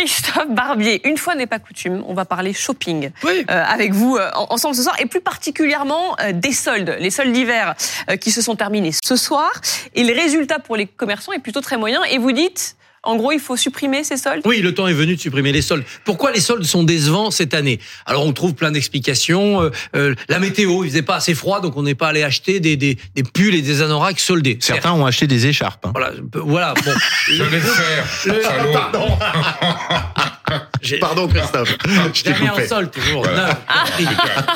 Christophe Barbier, une fois n'est pas coutume, on va parler shopping Oui. euh, avec vous euh, en- ensemble ce soir et plus particulièrement euh, des soldes, les soldes d'hiver euh, qui se sont terminés ce soir et les résultats pour les commerçants est plutôt très moyen et vous dites en gros il faut supprimer ces soldes Oui, le temps est venu de supprimer les soldes. Pourquoi les soldes sont décevants cette année Alors on trouve plein d'explications. Euh, euh, la météo, il faisait pas assez froid, donc on n'est pas allé acheter des, des, des pulls et des anoraks soldés. Certains ont acheté des écharpes. hein. Voilà, peu- voilà. Bon, Je vais le faire. Le- salaud. j'ai- Pardon Christophe, je t'ai Jamais un coupé. solde toujours. neuf, compris.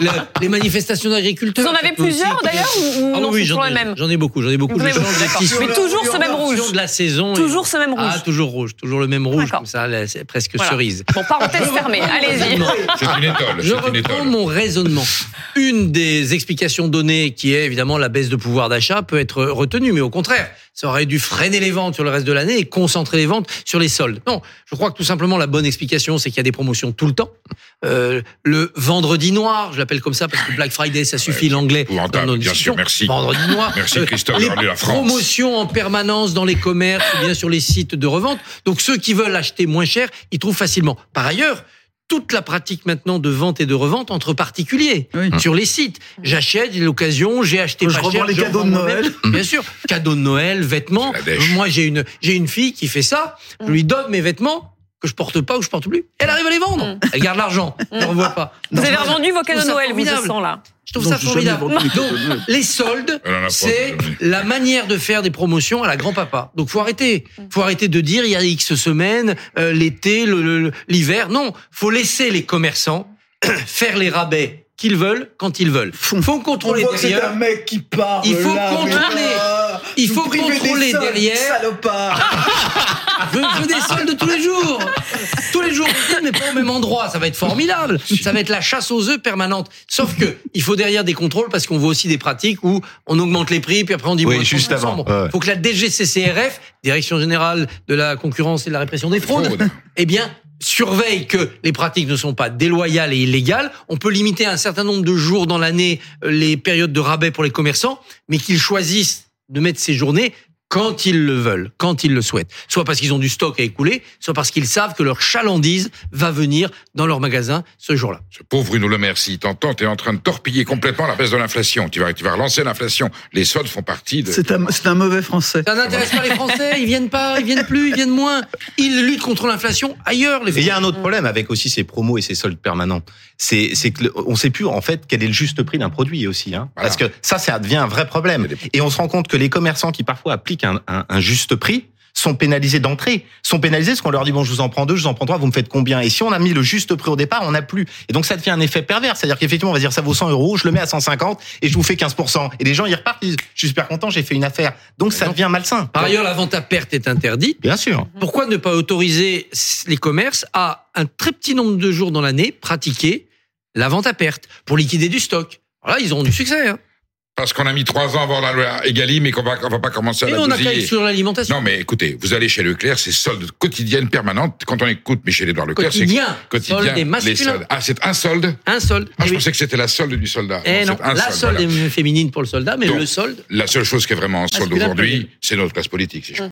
Le- les manifestations d'agriculteurs. Vous en avez ça peut aussi plusieurs, coûter- d'ailleurs, ou- ou Ah non, oui, c'est j'en toujours ai- les mêmes J'en ai beaucoup, j'en ai beaucoup. Vous en avez Je change beaucoup, des d'accord. tissus. Mais toujours ce même En fonction rouge. de la saison. et- Toujours ce même rouge. Ah, toujours rouge, toujours le même rouge, D'accord. comme ça, là, c'est presque Voilà. cerise. Bon, parenthèse fermée, allez-y. Non. C'est une étole. Je C'est une reprends étole. mon raisonnement. Une des explications données, qui est évidemment la baisse de pouvoir d'achat, peut être retenue, mais au contraire, ça aurait dû freiner les ventes sur le reste de l'année et concentrer les ventes sur les soldes. Non, je crois que tout simplement la bonne explication, c'est qu'il y a des promotions tout le temps. Euh, le vendredi noir, je l'appelle comme ça parce que Black Friday, ça suffit l'anglais. épouvantable, dans nos bien discussions. sûr, merci. Vendredi noir. euh, Merci, Christophe, les d'avoir lu la France. promotions en permanence dans les commerces, ou bien sur les sites de revente. Donc ceux qui veulent acheter moins cher, ils trouvent facilement. Par ailleurs, toute la pratique maintenant de vente et de revente entre particuliers Oui. sur les sites. J'achète, j'ai l'occasion, j'ai acheté Je pas revends cher, les cadeaux revends de moi-même. Noël. Bien sûr, cadeaux de Noël, vêtements. C'est la dèche. Moi, j'ai une j'ai une fille qui fait ça. Je lui donne mes vêtements que je porte pas ou je porte plus. Elle arrive à les vendre. Elle garde l'argent. Je ne revois pas. Vous avez Non, revendu vos cadeaux Je de trouve ça Noël, vous formidable. ce sens là. Je trouve Non, ça j'ai jamais formidable. vendu les Donc, cadeaux de Noël. les soldes, Elle en a pas, c'est jamais. la manière de faire des promotions à la grand-papa. Donc, faut arrêter. Faut arrêter de dire il y a X semaines, euh, l'été, le- le- le- l'hiver. Non, faut laisser les commerçants faire les rabais qu'ils veulent quand ils veulent. Faut On contrôler voit que c'est derrière. un mec qui parle. Il faut là, mais contrôler. là, Il vous faut privez des contrôler soldes, derrière. Salopard. Je veux des soldes tous les jours. Tous les jours, mais pas au même endroit. Ça va être formidable. Ça va être la chasse aux œufs permanente. Sauf que il faut derrière des contrôles parce qu'on voit aussi des pratiques où on augmente les prix puis après on dit Oui, moins juste 30%. avant. Bon, Ouais. Faut que la DGCCRF, Direction générale de la concurrence et de la répression des fraudes, Fraude. eh bien surveille que les pratiques ne sont pas déloyales et illégales. On peut limiter à un certain nombre de jours dans l'année euh, les périodes de rabais pour les commerçants, mais qu'ils choisissent de mettre ces journées quand ils le veulent, quand ils le souhaitent. Soit parce qu'ils ont du stock à écouler, soit parce qu'ils savent que leur chalandise va venir dans leur magasin ce jour-là. Ce pauvre Bruno Le Maire, s'il t'entend, t'es en train de torpiller complètement la baisse de l'inflation. Tu vas, tu vas relancer l'inflation. Les soldes font partie de... C'est un, c'est un mauvais français. Ça n'intéresse pas les Français, ils viennent pas, ils viennent plus, ils viennent moins. Ils luttent contre l'inflation ailleurs, les Et il y Français. a un autre problème avec aussi ces promos et ces soldes permanents. C'est c'est que le- on sait plus en fait quel est le juste prix d'un produit aussi, hein. Voilà. Parce que ça, ça devient un vrai problème. Et on se rend compte que les commerçants qui parfois appliquent un, un- un juste prix sont pénalisés d'entrée, sont pénalisés parce qu'on leur dit bon, je vous en prends deux, je vous en prends trois, vous me faites combien Et si on a mis le juste prix au départ, on n'a plus. Et donc ça devient un effet pervers, c'est-à-dire qu'effectivement on va dire ça vaut 100 euros, je le mets à 150 et je vous fais 15 Et les gens ils repartent, ils disent je suis super content, j'ai fait une affaire. Donc ça non. devient malsain. Par ailleurs, la vente à perte est interdite. Bien sûr. Pourquoi ne pas autoriser les commerces à un très petit nombre de jours dans l'année pratiquer la vente à perte pour liquider du stock Alors là, ils auront du succès. Hein. Parce qu'on a mis trois ans avant la loi Egalim et qu'on va, on va pas commencer à Et la on a qu'à bousiller. aller sur l'alimentation. Non, mais écoutez, vous allez chez Leclerc, c'est soldes quotidiennes permanentes. Quand on écoute Michel-Édouard Leclerc, c'est Quotidien, quotidien. solde et les masculin. soldes. Ah, c'est un solde Un solde. Ah, Eh je oui. pensais que c'était la solde du soldat. Eh non, c'est un la solde, solde voilà. est féminine pour le soldat, mais Donc, le solde. La seule chose qui est vraiment en solde Masculin, aujourd'hui, féminin. Ah. c'est notre classe politique, si je